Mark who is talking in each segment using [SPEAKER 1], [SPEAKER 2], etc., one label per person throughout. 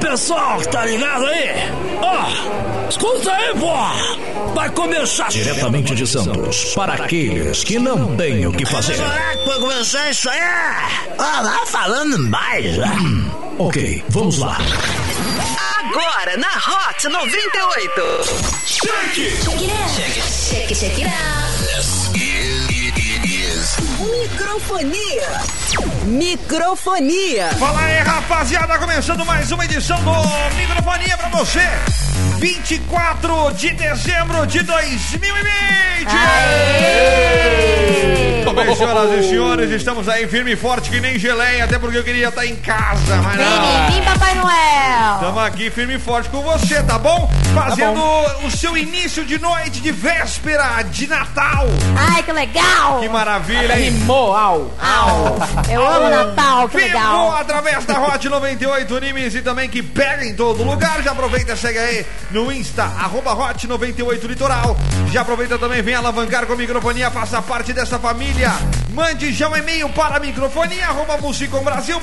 [SPEAKER 1] pessoal que tá ligado aí? Ó, escuta aí, pô! Vai começar
[SPEAKER 2] Diretamente de Santos, para aqueles que não têm o que fazer.
[SPEAKER 1] Será que vai começar isso aí? Ó, vai falando mais, né?
[SPEAKER 2] Hum, Ok, vamos lá.
[SPEAKER 3] Agora na Hot 98.
[SPEAKER 4] Check it out. Check it, check it out.
[SPEAKER 3] Microfonia. Microfonia.
[SPEAKER 5] Fala aí, rapaziada, começando mais uma edição do Microfonia pra você. 24 de dezembro de 2020. Muito bem, senhoras e senhores, estamos aí firme e forte que nem geleia, até porque eu queria estar em casa, mas não.
[SPEAKER 4] Vem, vem, Papai Noel.
[SPEAKER 5] Estamos aqui firme e forte com você, tá bom? Fazendo o seu início de noite de véspera de Natal.
[SPEAKER 4] Ai, que legal.
[SPEAKER 5] Que maravilha, hein?
[SPEAKER 4] Eu amo Natal, que
[SPEAKER 5] Vivo
[SPEAKER 4] legal.
[SPEAKER 5] através da Hot 98 Nimes e também que pega em todo lugar. Já aproveita, segue aí no Insta, arroba Hot 98 Litoral. Já aproveita também, vem alavancar com a microfonia, faça parte dessa família. Mande já um e-mail para microfonia, arroba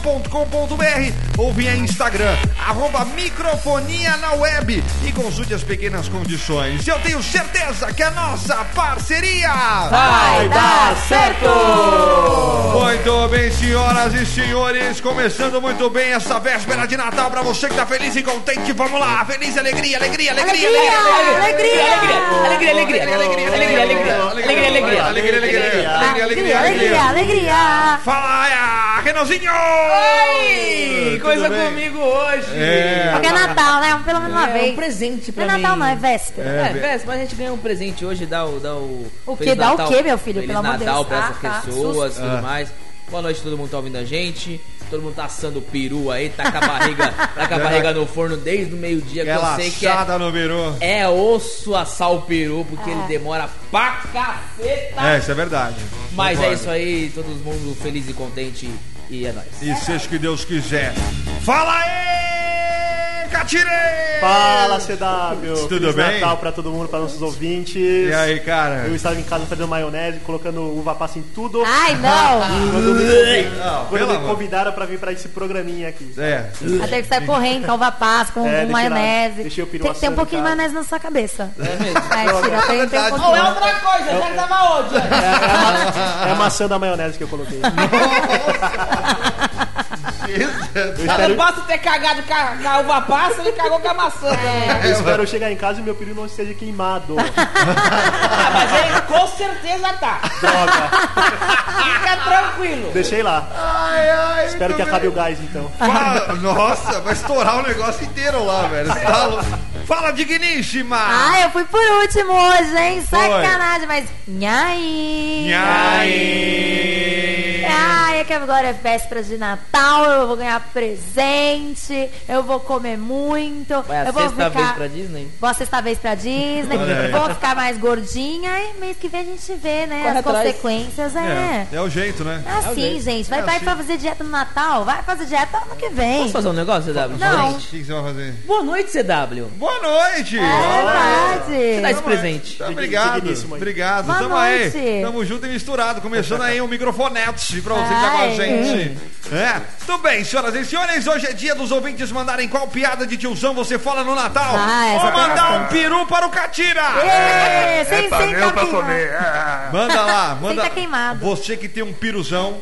[SPEAKER 5] musicombrasil.com.br ou via Instagram, arroba microfonia na web e consulte as pequenas condições. Eu tenho certeza que a nossa parceria
[SPEAKER 4] Vai dar certo.
[SPEAKER 5] muito bem, senhoras e senhores, começando muito bem essa véspera de Natal pra você que tá feliz e contente. Vamos lá, feliz, alegria, alegria, alegria,
[SPEAKER 4] Alegria, alegria.
[SPEAKER 6] Alegria, alegria, alegria, alegria, alegria, alegria, alegria, alegria.
[SPEAKER 5] alegria, alegria, alegria, alegria,
[SPEAKER 4] alegria,
[SPEAKER 5] alegria.
[SPEAKER 4] alegria.
[SPEAKER 5] Fala, é, Renanzinho!
[SPEAKER 6] Ai,
[SPEAKER 5] Tudo
[SPEAKER 6] coisa
[SPEAKER 5] bem?
[SPEAKER 6] comigo hoje.
[SPEAKER 5] É.
[SPEAKER 4] Porque é Natal, né? Pelo menos uma
[SPEAKER 6] É
[SPEAKER 4] vez.
[SPEAKER 6] um presente
[SPEAKER 4] Não
[SPEAKER 6] pra
[SPEAKER 4] é
[SPEAKER 6] mim.
[SPEAKER 4] Natal, não, é véspera.
[SPEAKER 6] É, Vés, mas a gente ganha um presente hoje, dá o. Dá o
[SPEAKER 4] O
[SPEAKER 6] Feliz
[SPEAKER 4] quê? Dá o
[SPEAKER 6] Natal.
[SPEAKER 4] quê, meu filho?
[SPEAKER 6] Feliz
[SPEAKER 4] Pelo amor de
[SPEAKER 6] Natal
[SPEAKER 4] Deus.
[SPEAKER 6] pra
[SPEAKER 4] Ah,
[SPEAKER 6] essas
[SPEAKER 4] tá.
[SPEAKER 6] pessoas e
[SPEAKER 5] Ah.
[SPEAKER 6] tudo mais. Boa noite, todo mundo tá ouvindo a gente. Todo mundo tá assando peru aí, tá com a barriga, tá com a barriga no forno desde o meio-dia, que eu
[SPEAKER 5] É. Aquela
[SPEAKER 6] sei que é
[SPEAKER 5] assada no biru.
[SPEAKER 6] É osso assar o peru, porque
[SPEAKER 4] É.
[SPEAKER 6] ele demora pra caceta.
[SPEAKER 5] É, isso é verdade.
[SPEAKER 6] Mas é
[SPEAKER 5] Concordo.
[SPEAKER 6] isso aí, todo mundo feliz e contente. E é nóis.
[SPEAKER 5] E seja o que Deus quiser. Fala aí, Catire!
[SPEAKER 7] Fala, CW!
[SPEAKER 5] Tudo
[SPEAKER 7] Feliz
[SPEAKER 5] bem?
[SPEAKER 7] Natal pra todo mundo, pra nossos ouvintes.
[SPEAKER 5] E aí, cara?
[SPEAKER 7] Eu estava em casa fazendo maionese, colocando uva passa em tudo.
[SPEAKER 4] Ai, não.
[SPEAKER 7] Quando me,
[SPEAKER 5] Não,
[SPEAKER 7] quando
[SPEAKER 5] pelo
[SPEAKER 7] me
[SPEAKER 5] amor.
[SPEAKER 7] convidaram pra vir pra esse programinha aqui.
[SPEAKER 5] É,
[SPEAKER 4] Até que sai correndo, calva paz, com
[SPEAKER 7] É, deixei
[SPEAKER 4] maionese.
[SPEAKER 7] lá- deixei o peru
[SPEAKER 4] tem que ter um
[SPEAKER 7] assando
[SPEAKER 4] pouquinho
[SPEAKER 7] em
[SPEAKER 4] de
[SPEAKER 7] casa.
[SPEAKER 4] maionese na sua cabeça. É
[SPEAKER 6] mesmo.
[SPEAKER 4] tira, tem, tem um
[SPEAKER 6] Ou é
[SPEAKER 4] pouquinho.
[SPEAKER 6] outra coisa, já tava onde?
[SPEAKER 7] É a maçã da maionese que eu coloquei. É.
[SPEAKER 6] Eu
[SPEAKER 7] Eu
[SPEAKER 6] não
[SPEAKER 7] espero,
[SPEAKER 6] posso ter cagado com a, com a uva passa, ele cagou com a maçã também.
[SPEAKER 7] eu espero chegar em casa e meu peru não esteja queimado.
[SPEAKER 6] Ah, mas ele com certeza tá.
[SPEAKER 7] Droga.
[SPEAKER 6] Fica tranquilo.
[SPEAKER 7] Deixei lá.
[SPEAKER 5] Ai, ai,
[SPEAKER 7] Espero que
[SPEAKER 5] muito
[SPEAKER 7] acabe o
[SPEAKER 5] bem.
[SPEAKER 7] gás, então.
[SPEAKER 5] Fala- nossa, vai estourar o negócio inteiro lá, velho. Você tá louco? Fala, digníssima!
[SPEAKER 4] Ah, eu fui por último hoje, hein?
[SPEAKER 5] Foi.
[SPEAKER 4] Sacanagem, mas. Nhaí!
[SPEAKER 5] Nhaí.
[SPEAKER 4] Ai, é que agora é véspera de Natal, eu vou ganhar presente, eu vou comer muito,
[SPEAKER 6] Vai a
[SPEAKER 4] eu vou
[SPEAKER 6] sexta vez
[SPEAKER 4] ficar.
[SPEAKER 6] pra Disney?
[SPEAKER 4] Vou a sexta vez pra Disney,
[SPEAKER 5] Olha aí.
[SPEAKER 4] vou ficar mais gordinha e mês que vem a gente vê, né?
[SPEAKER 6] Corre
[SPEAKER 4] as
[SPEAKER 6] atrás.
[SPEAKER 4] consequências, é.
[SPEAKER 5] É, é o jeito, né?
[SPEAKER 4] É assim,
[SPEAKER 6] jeito.
[SPEAKER 4] gente. Vai,
[SPEAKER 5] É
[SPEAKER 4] vai
[SPEAKER 5] assim.
[SPEAKER 4] pra fazer dieta no Natal, vai fazer dieta ano que vem.
[SPEAKER 6] Posso fazer um negócio, CW?
[SPEAKER 4] Não.
[SPEAKER 5] O que que você vai fazer?
[SPEAKER 6] Boa noite, CW.
[SPEAKER 5] Boa noite!
[SPEAKER 4] É
[SPEAKER 6] Você dá
[SPEAKER 4] verdade.
[SPEAKER 6] esse presente.
[SPEAKER 5] Tá, obrigado,
[SPEAKER 7] Digníssimo aí.
[SPEAKER 5] obrigado.
[SPEAKER 4] Boa
[SPEAKER 5] Tamo
[SPEAKER 4] noite.
[SPEAKER 5] aí, tamo junto e misturado. Começando aí o microfonete pra você que tá com a
[SPEAKER 4] Ai.
[SPEAKER 5] gente. É, tudo bem, senhoras e senhores. Hoje é dia dos ouvintes mandarem qual piada de tiozão você fala no Natal.
[SPEAKER 4] Ah, essa
[SPEAKER 5] Vou
[SPEAKER 4] tem
[SPEAKER 5] mandar um
[SPEAKER 4] bastante.
[SPEAKER 5] peru para o Catira!
[SPEAKER 6] tá
[SPEAKER 4] Ê, sem, sem capim,
[SPEAKER 5] Manda lá, manda.
[SPEAKER 4] tá queimado.
[SPEAKER 5] Você que tem um piruzão,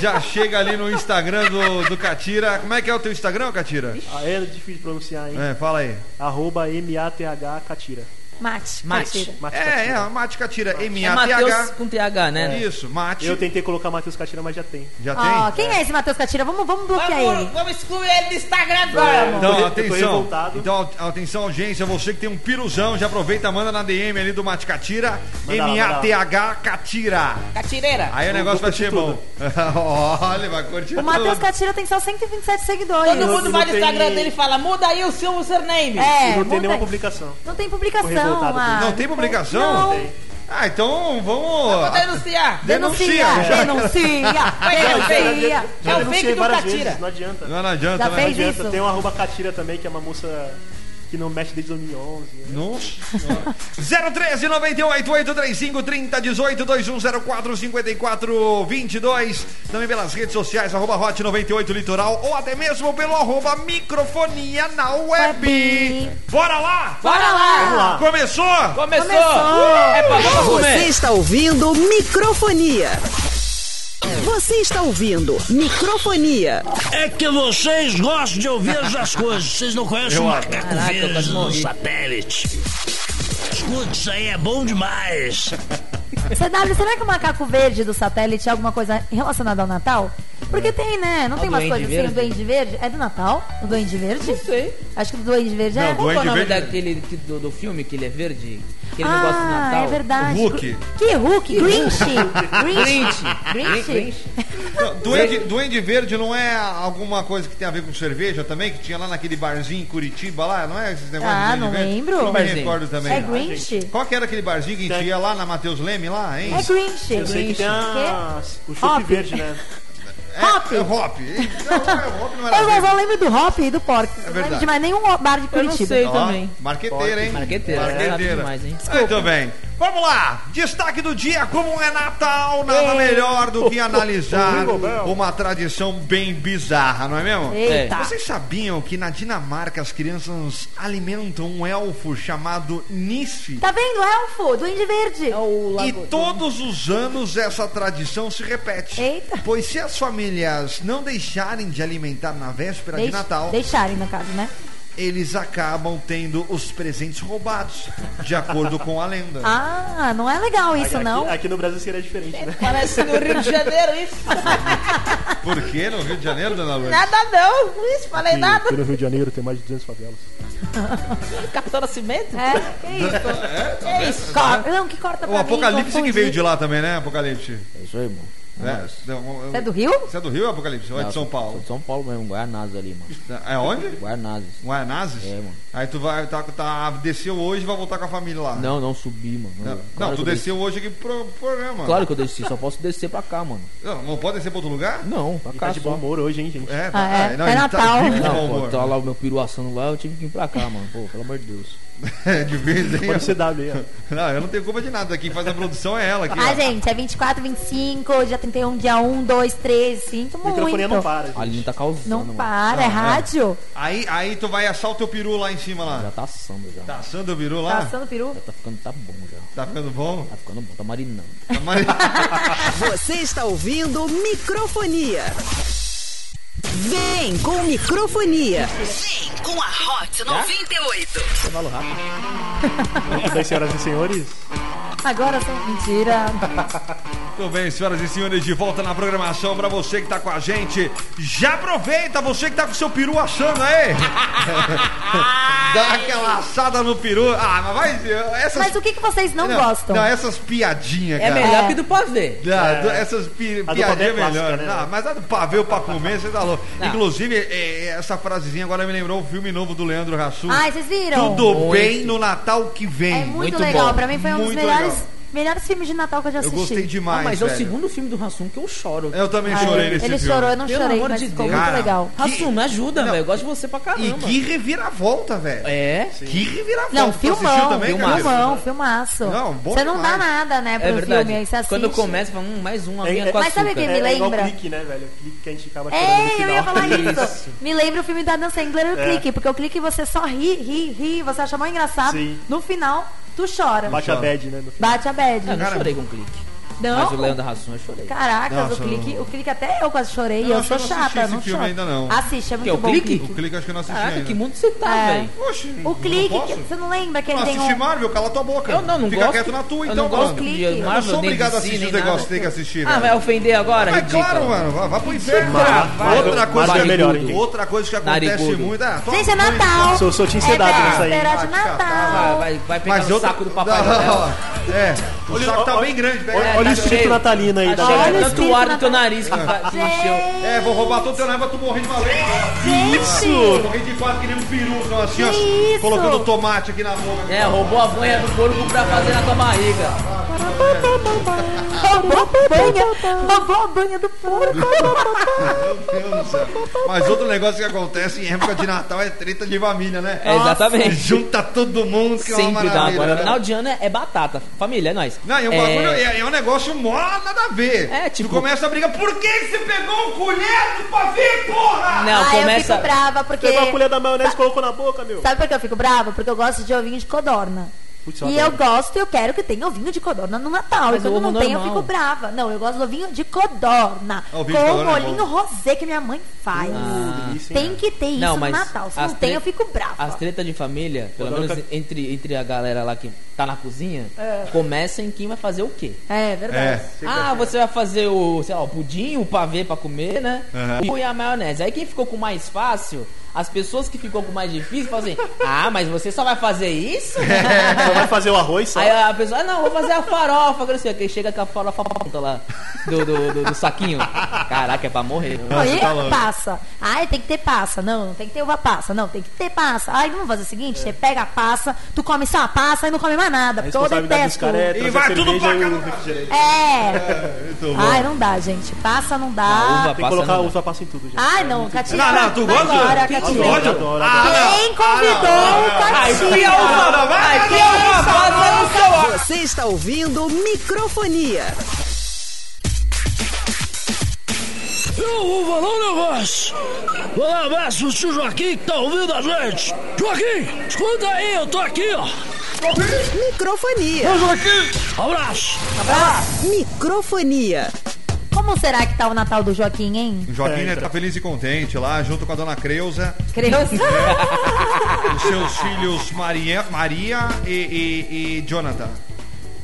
[SPEAKER 5] já chega ali no Instagram do, do Catira. Como é que é o teu Instagram, Catira?
[SPEAKER 7] Ah, É difícil de pronunciar, hein?
[SPEAKER 5] É, fala aí.
[SPEAKER 7] Arroba M-A-T-H Catira.
[SPEAKER 4] Mate,
[SPEAKER 6] Mate.
[SPEAKER 4] Mate.
[SPEAKER 7] Mate
[SPEAKER 5] É,
[SPEAKER 7] Catira.
[SPEAKER 5] é, Mate Catira.
[SPEAKER 6] É Matheus
[SPEAKER 5] M-A-T-H.
[SPEAKER 6] com TH,
[SPEAKER 4] É
[SPEAKER 6] né?
[SPEAKER 5] Isso, Mate.
[SPEAKER 7] Eu tentei colocar Matheus Catira, mas já tem.
[SPEAKER 5] Já
[SPEAKER 4] Ó,
[SPEAKER 5] tem?
[SPEAKER 4] quem é esse Matheus Catira? Vamos, vamos bloquear é ele.
[SPEAKER 6] Vamos, vamos excluir ele do Instagram agora, amor.
[SPEAKER 7] Eu tô re-
[SPEAKER 5] Então,
[SPEAKER 7] eu tô
[SPEAKER 5] atenção.
[SPEAKER 7] revoltado.
[SPEAKER 5] Então, atenção, audiência. Você que tem um piruzão, já aproveita, manda na DM ali do Mate Catira.
[SPEAKER 7] Manda lá,
[SPEAKER 5] M-A-T-H Catira.
[SPEAKER 6] Catireira.
[SPEAKER 5] Aí o negócio vai ser bom. Olha, vai curtir
[SPEAKER 4] O Matheus
[SPEAKER 5] tudo.
[SPEAKER 4] Catira tem só 127 seguidores.
[SPEAKER 6] Todo mundo
[SPEAKER 7] não
[SPEAKER 6] vai no
[SPEAKER 7] tem-
[SPEAKER 6] Instagram dele e fala, muda aí o seu username.
[SPEAKER 4] É,
[SPEAKER 7] e não
[SPEAKER 4] muda
[SPEAKER 7] tem nenhuma
[SPEAKER 4] aí.
[SPEAKER 7] publicação.
[SPEAKER 4] Não tem publicação.
[SPEAKER 7] Tô revoltado com
[SPEAKER 4] ah.
[SPEAKER 7] isso.
[SPEAKER 5] Não tem publicação?
[SPEAKER 4] Não.
[SPEAKER 7] Tem.
[SPEAKER 5] Ah, então
[SPEAKER 6] Vou
[SPEAKER 5] vamos.
[SPEAKER 6] denunciar.
[SPEAKER 4] Denuncia,
[SPEAKER 5] Denuncia.
[SPEAKER 4] denuncia,
[SPEAKER 6] Não,
[SPEAKER 4] denuncia.
[SPEAKER 6] É o
[SPEAKER 7] denunciei
[SPEAKER 6] fake do
[SPEAKER 7] várias
[SPEAKER 6] Catira.
[SPEAKER 7] vezes, não adianta. Não
[SPEAKER 5] Não, não adianta,
[SPEAKER 4] Já
[SPEAKER 5] né?
[SPEAKER 4] fez?
[SPEAKER 7] adianta.
[SPEAKER 4] É isso.
[SPEAKER 7] Tem um arroba Catira também, que é uma moça que não mexe desde 2011. né?
[SPEAKER 5] Nossa. 013 98 835 30 18 2104 54 22. Também pelas redes sociais, arroba Hot 98 Litoral ou até mesmo pelo arroba microfonia na web.
[SPEAKER 4] Web.
[SPEAKER 5] Bora lá?
[SPEAKER 6] Bora
[SPEAKER 4] lá!
[SPEAKER 5] Começou?
[SPEAKER 6] Começou!
[SPEAKER 4] Começou!
[SPEAKER 6] É pra vamos
[SPEAKER 3] Você
[SPEAKER 6] comer!
[SPEAKER 3] está ouvindo microfonia. Você está ouvindo microfonia.
[SPEAKER 2] É que vocês gostam de ouvir essas coisas. Vocês não conhecem o macaco
[SPEAKER 6] Caraca, eu
[SPEAKER 2] verde
[SPEAKER 6] quase
[SPEAKER 2] no
[SPEAKER 6] morri.
[SPEAKER 2] satélite. Escute, isso aí é bom demais.
[SPEAKER 4] CW, será que o macaco verde do satélite é alguma coisa relacionada ao Natal? Porque tem, né? Não
[SPEAKER 6] Ó,
[SPEAKER 4] tem umas
[SPEAKER 6] duende
[SPEAKER 4] coisas assim,
[SPEAKER 6] verde.
[SPEAKER 4] o Duende Verde? É do Natal? O Duende Verde?
[SPEAKER 6] Não sei.
[SPEAKER 4] Acho que o Duende Verde é.
[SPEAKER 5] Não,
[SPEAKER 6] Qual que é o
[SPEAKER 5] Duende
[SPEAKER 6] nome
[SPEAKER 5] verde?
[SPEAKER 6] daquele que- do, do filme que ele é verde? Aquele
[SPEAKER 4] ah,
[SPEAKER 6] negócio do Natal?
[SPEAKER 4] é verdade.
[SPEAKER 5] Hulk.
[SPEAKER 4] Que Hulk? Grinch. Grinch.
[SPEAKER 6] Grinch. Grinch.
[SPEAKER 5] Duende, Duende Verde não é alguma coisa que tem a ver com cerveja também? Que tinha lá naquele barzinho em Curitiba lá? Não é esses negócios
[SPEAKER 4] Ah,
[SPEAKER 5] de Duende
[SPEAKER 4] não
[SPEAKER 5] Verde?
[SPEAKER 4] lembro.
[SPEAKER 5] Não me
[SPEAKER 6] Barzinho.
[SPEAKER 5] recordo também.
[SPEAKER 4] É Grinch?
[SPEAKER 5] Qual que era aquele barzinho que tinha lá na Matheus Leme lá, hein?
[SPEAKER 4] É Grinch.
[SPEAKER 7] Eu sei que tem
[SPEAKER 4] Quê?
[SPEAKER 7] a... o
[SPEAKER 4] Hop.
[SPEAKER 7] chope verde, né?
[SPEAKER 5] É,
[SPEAKER 4] Hop.
[SPEAKER 5] É Hop. Não, é Hop não era
[SPEAKER 4] Eu só
[SPEAKER 5] verde.
[SPEAKER 4] lembro do Hop e do Porco.
[SPEAKER 5] É
[SPEAKER 4] não lembro
[SPEAKER 5] verdade.
[SPEAKER 4] de mais nenhum bar de
[SPEAKER 6] Eu não sei
[SPEAKER 4] Curitiba.
[SPEAKER 5] Ó,
[SPEAKER 6] também.
[SPEAKER 5] Marqueteira, hein?
[SPEAKER 6] Marqueteira, sabe demais, hein?
[SPEAKER 5] Muito bem. Vamos lá. Destaque do dia, como é Natal, nada melhor do que analisar uma tradição bem bizarra, não é mesmo?
[SPEAKER 4] Eita.
[SPEAKER 5] Vocês sabiam que na Dinamarca as crianças alimentam um elfo chamado Nisse?
[SPEAKER 4] Tá vendo, Elfo? Duende
[SPEAKER 5] É
[SPEAKER 4] Verde.
[SPEAKER 5] E todos os anos essa tradição se repete.
[SPEAKER 4] Eita.
[SPEAKER 5] Pois se as famílias não deixarem de alimentar na véspera de
[SPEAKER 4] Deix-
[SPEAKER 5] Natal,
[SPEAKER 4] Deixarem, no caso, né?
[SPEAKER 5] eles acabam tendo os presentes roubados, de acordo com a lenda.
[SPEAKER 4] Ah, não é legal isso,
[SPEAKER 7] aqui,
[SPEAKER 4] não.
[SPEAKER 7] Aqui no Brasil seria diferente, né?
[SPEAKER 6] Parece no Rio de Janeiro isso.
[SPEAKER 5] Por que no Rio de Janeiro, dona Lourdes?
[SPEAKER 6] Nada não, Luiz, falei
[SPEAKER 4] Ah,
[SPEAKER 6] nada.
[SPEAKER 7] no Rio de Janeiro tem mais de 200 favelas.
[SPEAKER 6] Capitão Nascimento?
[SPEAKER 4] É, que isso?
[SPEAKER 6] É
[SPEAKER 4] Que isso? Cor- Não, que corta pra
[SPEAKER 5] O
[SPEAKER 4] mim,
[SPEAKER 5] Apocalipse que
[SPEAKER 4] confundi.
[SPEAKER 5] veio de lá também, né, Apocalipse?
[SPEAKER 8] É isso aí, mano.
[SPEAKER 5] É, não,
[SPEAKER 4] Você é
[SPEAKER 5] eu-
[SPEAKER 4] do Rio?
[SPEAKER 5] Você é do Rio, Apocalipse? Ou é de
[SPEAKER 8] Não,
[SPEAKER 5] São
[SPEAKER 8] sou- sou
[SPEAKER 5] Paulo?
[SPEAKER 8] de São Paulo mesmo, Guaianazes ali, mano.
[SPEAKER 5] É onde?
[SPEAKER 8] Guaianazes.
[SPEAKER 5] Guaianazes?
[SPEAKER 8] É, mano.
[SPEAKER 5] Aí tu vai, tá, tá, desceu hoje e vai voltar com a família lá.
[SPEAKER 8] Não, não subi, mano.
[SPEAKER 5] Não, não,
[SPEAKER 8] Claro
[SPEAKER 5] tu
[SPEAKER 8] que eu
[SPEAKER 5] desceu hoje aqui pro pro programa.
[SPEAKER 8] desci. Claro que eu desci, só posso descer pra cá, mano.
[SPEAKER 5] Não, não pode descer pra outro lugar?
[SPEAKER 8] Não, pra
[SPEAKER 7] E
[SPEAKER 8] cá
[SPEAKER 7] tá de bom
[SPEAKER 8] só.
[SPEAKER 7] humor hoje, hein, gente?
[SPEAKER 5] É,
[SPEAKER 4] Ah, é. É
[SPEAKER 5] ele
[SPEAKER 4] Natal.
[SPEAKER 5] vivo de bom
[SPEAKER 8] Não,
[SPEAKER 5] humor.
[SPEAKER 8] pô, tá lá o meu peru assando lá, eu tive que vir pra cá, mano. Pô, pelo amor de Deus.
[SPEAKER 5] É, de vez em
[SPEAKER 7] Pode ser W aí, ó.
[SPEAKER 5] Não, eu não tenho culpa de nada. Quem faz a produção é ela aqui.
[SPEAKER 4] Ah,
[SPEAKER 5] ó.
[SPEAKER 4] gente, é 24, 25, dia 31, dia 1, 2, 3, sinto muito.
[SPEAKER 7] Microfonia não para, gente.
[SPEAKER 8] Ali não tá causando,
[SPEAKER 4] Não
[SPEAKER 8] mano.
[SPEAKER 4] para,
[SPEAKER 5] Ah,
[SPEAKER 4] é rádio.
[SPEAKER 5] Aí, aí tu vai assar o teu peru lá em cima
[SPEAKER 8] Já
[SPEAKER 5] lá.
[SPEAKER 8] tá assando já.
[SPEAKER 5] Tá assando o peru lá?
[SPEAKER 4] Passando peru.
[SPEAKER 8] Já tá ficando, tá bom já.
[SPEAKER 5] Tá ficando bom?
[SPEAKER 8] Tá ficando bom, tá marinando.
[SPEAKER 5] Tá mais-
[SPEAKER 3] Você está ouvindo microfonia. Vem com microfonia. Vem com a Hot 98.
[SPEAKER 7] Muito bem, senhoras e senhores.
[SPEAKER 4] Agora são... Mentira.
[SPEAKER 5] Muito bem, senhoras e senhores, de volta na programação pra você que tá com a gente. Já aproveita, você que tá com seu peru assando aí. Dá aquela assada no peru. Ah, mas vai. Essas...
[SPEAKER 4] Mas o que, que vocês não, gostam?
[SPEAKER 5] Não, é essas piadinhas,
[SPEAKER 6] É
[SPEAKER 5] cara.
[SPEAKER 6] melhor que do pavê.
[SPEAKER 5] Ah, do- essas pi
[SPEAKER 7] É. A do
[SPEAKER 5] piadinhas
[SPEAKER 7] pavê é
[SPEAKER 5] melhor.
[SPEAKER 7] clássica, né?
[SPEAKER 5] Ah, mas a do pavê ou pra comer, você tá louco.
[SPEAKER 6] Não.
[SPEAKER 5] Inclusive, é, é, essa frasezinha agora me lembrou o filme novo do Leandro Rassu.
[SPEAKER 4] Ai, vocês viram?
[SPEAKER 5] Tudo
[SPEAKER 6] Muito.
[SPEAKER 5] bem no Natal que vem.
[SPEAKER 4] É muito,
[SPEAKER 6] Muito
[SPEAKER 4] legal.
[SPEAKER 6] bom.
[SPEAKER 4] Pra mim foi um dos
[SPEAKER 5] Muito
[SPEAKER 4] melhores,
[SPEAKER 5] legal.
[SPEAKER 4] melhores filmes de Natal que eu já
[SPEAKER 5] Eu
[SPEAKER 4] assisti.
[SPEAKER 5] gostei demais.
[SPEAKER 6] Ah, mas é o
[SPEAKER 5] velho.
[SPEAKER 6] segundo filme do Rassum que eu choro.
[SPEAKER 5] Eu também
[SPEAKER 4] Ai,
[SPEAKER 5] chorei nesse
[SPEAKER 4] Ele
[SPEAKER 5] filme.
[SPEAKER 4] chorou, eu não
[SPEAKER 6] Pelo
[SPEAKER 4] chorei,
[SPEAKER 6] amor
[SPEAKER 4] mas
[SPEAKER 6] de
[SPEAKER 4] ficou
[SPEAKER 6] Deus.
[SPEAKER 4] muito
[SPEAKER 5] Cara,
[SPEAKER 4] legal.
[SPEAKER 6] Rassum, me ajuda,
[SPEAKER 5] Não.
[SPEAKER 6] velho. Eu gosto de você pra
[SPEAKER 5] E
[SPEAKER 6] caramba.
[SPEAKER 5] que reviravolta, velho.
[SPEAKER 6] É.
[SPEAKER 5] Que reviravolta.
[SPEAKER 4] Não,
[SPEAKER 5] Tu
[SPEAKER 4] filmão,
[SPEAKER 5] assistiu também,
[SPEAKER 4] filmão,
[SPEAKER 5] Carlinhos?
[SPEAKER 4] filmaço.
[SPEAKER 5] Não, bom
[SPEAKER 4] Você não dá
[SPEAKER 5] demais.
[SPEAKER 4] nada, né, pro
[SPEAKER 6] É verdade.
[SPEAKER 4] filme, aí você assiste.
[SPEAKER 6] Quando começa, fala, hum, mais um, a
[SPEAKER 7] É,
[SPEAKER 6] minha
[SPEAKER 7] é-
[SPEAKER 6] com
[SPEAKER 4] Mas sabe
[SPEAKER 6] açúcar.
[SPEAKER 4] que- me
[SPEAKER 7] é igual
[SPEAKER 4] lembra?
[SPEAKER 7] clique, né, velho? O clique que a gente acaba chorando no
[SPEAKER 4] Ei,
[SPEAKER 7] final.
[SPEAKER 4] É, eu ia falar isso.
[SPEAKER 6] Isso.
[SPEAKER 4] Me lembra o filme da Dança Inglera, o
[SPEAKER 7] É.
[SPEAKER 4] clique, porque o clique você só ri, ri, ri, você acha mó engraçado.
[SPEAKER 7] Sim.
[SPEAKER 4] No final, tu chora. Bate,
[SPEAKER 7] Baixa a bad, né? No final.
[SPEAKER 4] a bad.
[SPEAKER 6] Ah, eu não
[SPEAKER 5] Cara,
[SPEAKER 6] chorei com clique. Mas o
[SPEAKER 4] Não.
[SPEAKER 6] Leandro Rassum eu chorei.
[SPEAKER 4] Caracas,
[SPEAKER 5] Nossa,
[SPEAKER 4] o clique,
[SPEAKER 5] eu-
[SPEAKER 4] o clique até eu quase chorei,
[SPEAKER 5] Eu
[SPEAKER 4] eu
[SPEAKER 5] acho
[SPEAKER 4] sou
[SPEAKER 5] que eu não assisti
[SPEAKER 4] chata,
[SPEAKER 5] esse
[SPEAKER 4] não
[SPEAKER 5] filme
[SPEAKER 4] choro.
[SPEAKER 5] ainda não.
[SPEAKER 4] Assiste, é muito
[SPEAKER 6] é o
[SPEAKER 4] bom.
[SPEAKER 6] clique?
[SPEAKER 5] O clique eu acho que eu não assisti
[SPEAKER 6] Caraca,
[SPEAKER 5] ainda.
[SPEAKER 6] que mundo você tá,
[SPEAKER 4] É.
[SPEAKER 6] velho.
[SPEAKER 5] Oxe,
[SPEAKER 4] O clique,
[SPEAKER 5] Não,
[SPEAKER 4] que-
[SPEAKER 5] posso?
[SPEAKER 4] você não lembra que ele
[SPEAKER 5] não
[SPEAKER 4] tem
[SPEAKER 5] assisti
[SPEAKER 4] um.
[SPEAKER 5] Marvel, cala tua boca.
[SPEAKER 6] Eu não, não
[SPEAKER 5] Fica
[SPEAKER 6] gosto.
[SPEAKER 5] quieto na tua,
[SPEAKER 6] eu
[SPEAKER 5] então,
[SPEAKER 6] não gosto
[SPEAKER 5] mano.
[SPEAKER 4] clique.
[SPEAKER 6] de Marvel,
[SPEAKER 5] Eu sou
[SPEAKER 6] nem
[SPEAKER 5] obrigado a
[SPEAKER 6] DC,
[SPEAKER 5] assistir
[SPEAKER 6] nem
[SPEAKER 5] os negócios
[SPEAKER 6] nada.
[SPEAKER 5] que tem que assistir, né?
[SPEAKER 6] Ah,
[SPEAKER 5] velho.
[SPEAKER 6] vai ofender agora,
[SPEAKER 5] Mas
[SPEAKER 6] ridículo. é
[SPEAKER 5] claro, mano, vai, vai pro inferno.
[SPEAKER 7] Mara-
[SPEAKER 5] cara. outra,
[SPEAKER 7] Mara-
[SPEAKER 5] coisa
[SPEAKER 7] Mara
[SPEAKER 5] que
[SPEAKER 7] é melhor, hein?
[SPEAKER 5] outra coisa que acontece
[SPEAKER 6] Narigudo.
[SPEAKER 5] muito. Ah, toma
[SPEAKER 4] Gente, é
[SPEAKER 5] banho,
[SPEAKER 4] Natal.
[SPEAKER 7] Sou- sou Tim
[SPEAKER 4] é
[SPEAKER 7] Sedado nessa aí.
[SPEAKER 4] véspera de
[SPEAKER 5] Ah, que
[SPEAKER 6] Vai,
[SPEAKER 4] Natal.
[SPEAKER 6] vai, vai pegar
[SPEAKER 5] Mas
[SPEAKER 6] no
[SPEAKER 5] outra-
[SPEAKER 6] saco do papai
[SPEAKER 5] Não,
[SPEAKER 6] Noel.
[SPEAKER 5] É, o
[SPEAKER 7] Olha-
[SPEAKER 5] saco tá
[SPEAKER 7] olha-
[SPEAKER 5] bem grande. pega-
[SPEAKER 7] Olha,
[SPEAKER 6] É,
[SPEAKER 7] olha
[SPEAKER 6] tá
[SPEAKER 7] o espírito
[SPEAKER 6] cheio.
[SPEAKER 7] natalino aí da
[SPEAKER 4] Olha
[SPEAKER 6] Chega
[SPEAKER 4] o
[SPEAKER 7] galera.
[SPEAKER 6] tanto
[SPEAKER 4] espírito
[SPEAKER 6] ar no teu
[SPEAKER 4] natal-
[SPEAKER 6] nariz que tá- que encheu.
[SPEAKER 4] Gente,
[SPEAKER 5] É, vou roubar todo o teu nariz pra tu morrer de valente.
[SPEAKER 4] gente.
[SPEAKER 5] Morrer de quase que nem um peru, então, assim,
[SPEAKER 4] Que
[SPEAKER 5] ó.
[SPEAKER 4] isso?
[SPEAKER 5] Colocando tomate aqui na boca.
[SPEAKER 6] É, roubou a banha do porco pra fazer na tua barriga.
[SPEAKER 4] Roubou a banha, roubou a banha do porco.
[SPEAKER 5] Meu Deus do céu. Mas outro negócio que acontece em época de Natal é treta de família, né?
[SPEAKER 6] É, exatamente.
[SPEAKER 5] Junta todo mundo, que é uma
[SPEAKER 6] Sempre dá
[SPEAKER 5] maravilha.
[SPEAKER 6] agora.
[SPEAKER 5] né?
[SPEAKER 6] Final de ano é é batata. Família, é nós.
[SPEAKER 5] Não, e o bagulho é... é um negócio mó nada a ver.
[SPEAKER 6] É, tipo-
[SPEAKER 5] Tu começa a briga, por que que você pegou um colher do pavê, porra?
[SPEAKER 6] Não,
[SPEAKER 4] ah,
[SPEAKER 6] começa.
[SPEAKER 4] eu fico brava porque.
[SPEAKER 7] Pegou a colher da maionese e colocou na boca, meu.
[SPEAKER 4] Sabe por que eu fico brava? Porque eu gosto de ovinho de codorna.
[SPEAKER 7] Putz, eu
[SPEAKER 4] e eu
[SPEAKER 7] adoro.
[SPEAKER 4] gosto e eu quero que tenha ovinho de codorna no Natal. e
[SPEAKER 6] Mas
[SPEAKER 4] quando
[SPEAKER 6] ovo
[SPEAKER 4] não tem, eu
[SPEAKER 6] normal.
[SPEAKER 4] fico brava. Não, eu gosto do ovinho de codorna.
[SPEAKER 5] Ah, ovinho
[SPEAKER 4] com
[SPEAKER 5] de
[SPEAKER 4] o
[SPEAKER 5] codorna é
[SPEAKER 4] molhinho rosé que minha mãe faz.
[SPEAKER 7] delícia, hein,
[SPEAKER 4] tem que ter isso
[SPEAKER 6] Não,
[SPEAKER 4] no
[SPEAKER 6] mas
[SPEAKER 4] Natal. Se
[SPEAKER 6] as
[SPEAKER 4] não tem,
[SPEAKER 6] tre-
[SPEAKER 4] eu fico brava.
[SPEAKER 6] As tretas de família, pelo
[SPEAKER 7] Agora
[SPEAKER 6] menos
[SPEAKER 7] eu
[SPEAKER 6] entre, entre a galera lá que tá na cozinha, começa em quem vai fazer o quê?
[SPEAKER 4] É verdade.
[SPEAKER 5] É.
[SPEAKER 6] Ah, você vai fazer o, sei lá, o pudim, o pavê pra comer, né?
[SPEAKER 5] Aham.
[SPEAKER 6] E a maionese. Aí quem ficou com o mais fácil, as pessoas que ficou com o mais difícil fazem, ah, mas você só vai fazer isso?
[SPEAKER 7] Só vai fazer o arroz, só.
[SPEAKER 6] Aí a pessoa, ah, não, vou fazer a farofa, que não sei o que. Chega com a farofa pronta lá do, do, do- do saquinho. Caraca, é pra morrer.
[SPEAKER 4] Não,
[SPEAKER 5] você
[SPEAKER 4] e
[SPEAKER 5] tá louco.
[SPEAKER 4] passa. Ai, tem que ter passa. Não, não tem que ter uva passa. Não, tem que ter passa. Ai, vamos fazer o
[SPEAKER 5] É.
[SPEAKER 4] seguinte: você pega a passa, tu come só a passa e não come mais nada.
[SPEAKER 7] A
[SPEAKER 4] Porque eu
[SPEAKER 7] responsabilidade dos
[SPEAKER 4] detesto.
[SPEAKER 7] caras é
[SPEAKER 5] E
[SPEAKER 7] trazer
[SPEAKER 5] vai tudo
[SPEAKER 7] cerveja
[SPEAKER 5] pra
[SPEAKER 7] e
[SPEAKER 5] cá,
[SPEAKER 7] o refrigerante.
[SPEAKER 4] É.
[SPEAKER 5] Muito bom.
[SPEAKER 4] Ai, não dá, gente. Passa não dá.
[SPEAKER 6] uva
[SPEAKER 7] Ah, Tem que
[SPEAKER 6] Passa
[SPEAKER 7] colocar
[SPEAKER 6] não dá.
[SPEAKER 7] uva passa em tudo, gente.
[SPEAKER 6] Ah,
[SPEAKER 4] Ai, não, Catinho.
[SPEAKER 5] Não, não, tu
[SPEAKER 4] vai
[SPEAKER 5] gosta?
[SPEAKER 4] embora,
[SPEAKER 5] Tu
[SPEAKER 4] Catinho.
[SPEAKER 5] gosta?
[SPEAKER 7] Adoro,
[SPEAKER 5] Ah, não.
[SPEAKER 4] Quem convidou o Catinho?
[SPEAKER 5] Ah, vai,
[SPEAKER 6] Aqui
[SPEAKER 5] não.
[SPEAKER 6] é uma passa no seu ar.
[SPEAKER 3] Você está ouvindo microfonia.
[SPEAKER 2] Eu vou falar um negócio. Vou dar um abraço pro tio Joaquim que tá ouvindo a gente. Joaquim, escuta aí, eu tô aqui, ó.
[SPEAKER 3] Microfonia.
[SPEAKER 2] Abraço.
[SPEAKER 3] Microfonia.
[SPEAKER 4] Como será que tá o Natal do Joaquim, hein?
[SPEAKER 5] O Joaquim né,
[SPEAKER 7] Entra.
[SPEAKER 5] tá feliz e contente lá, junto com a dona Creuza,
[SPEAKER 4] Creuza.
[SPEAKER 5] os seus filhos Maria, Maria e, e, e Jonathan.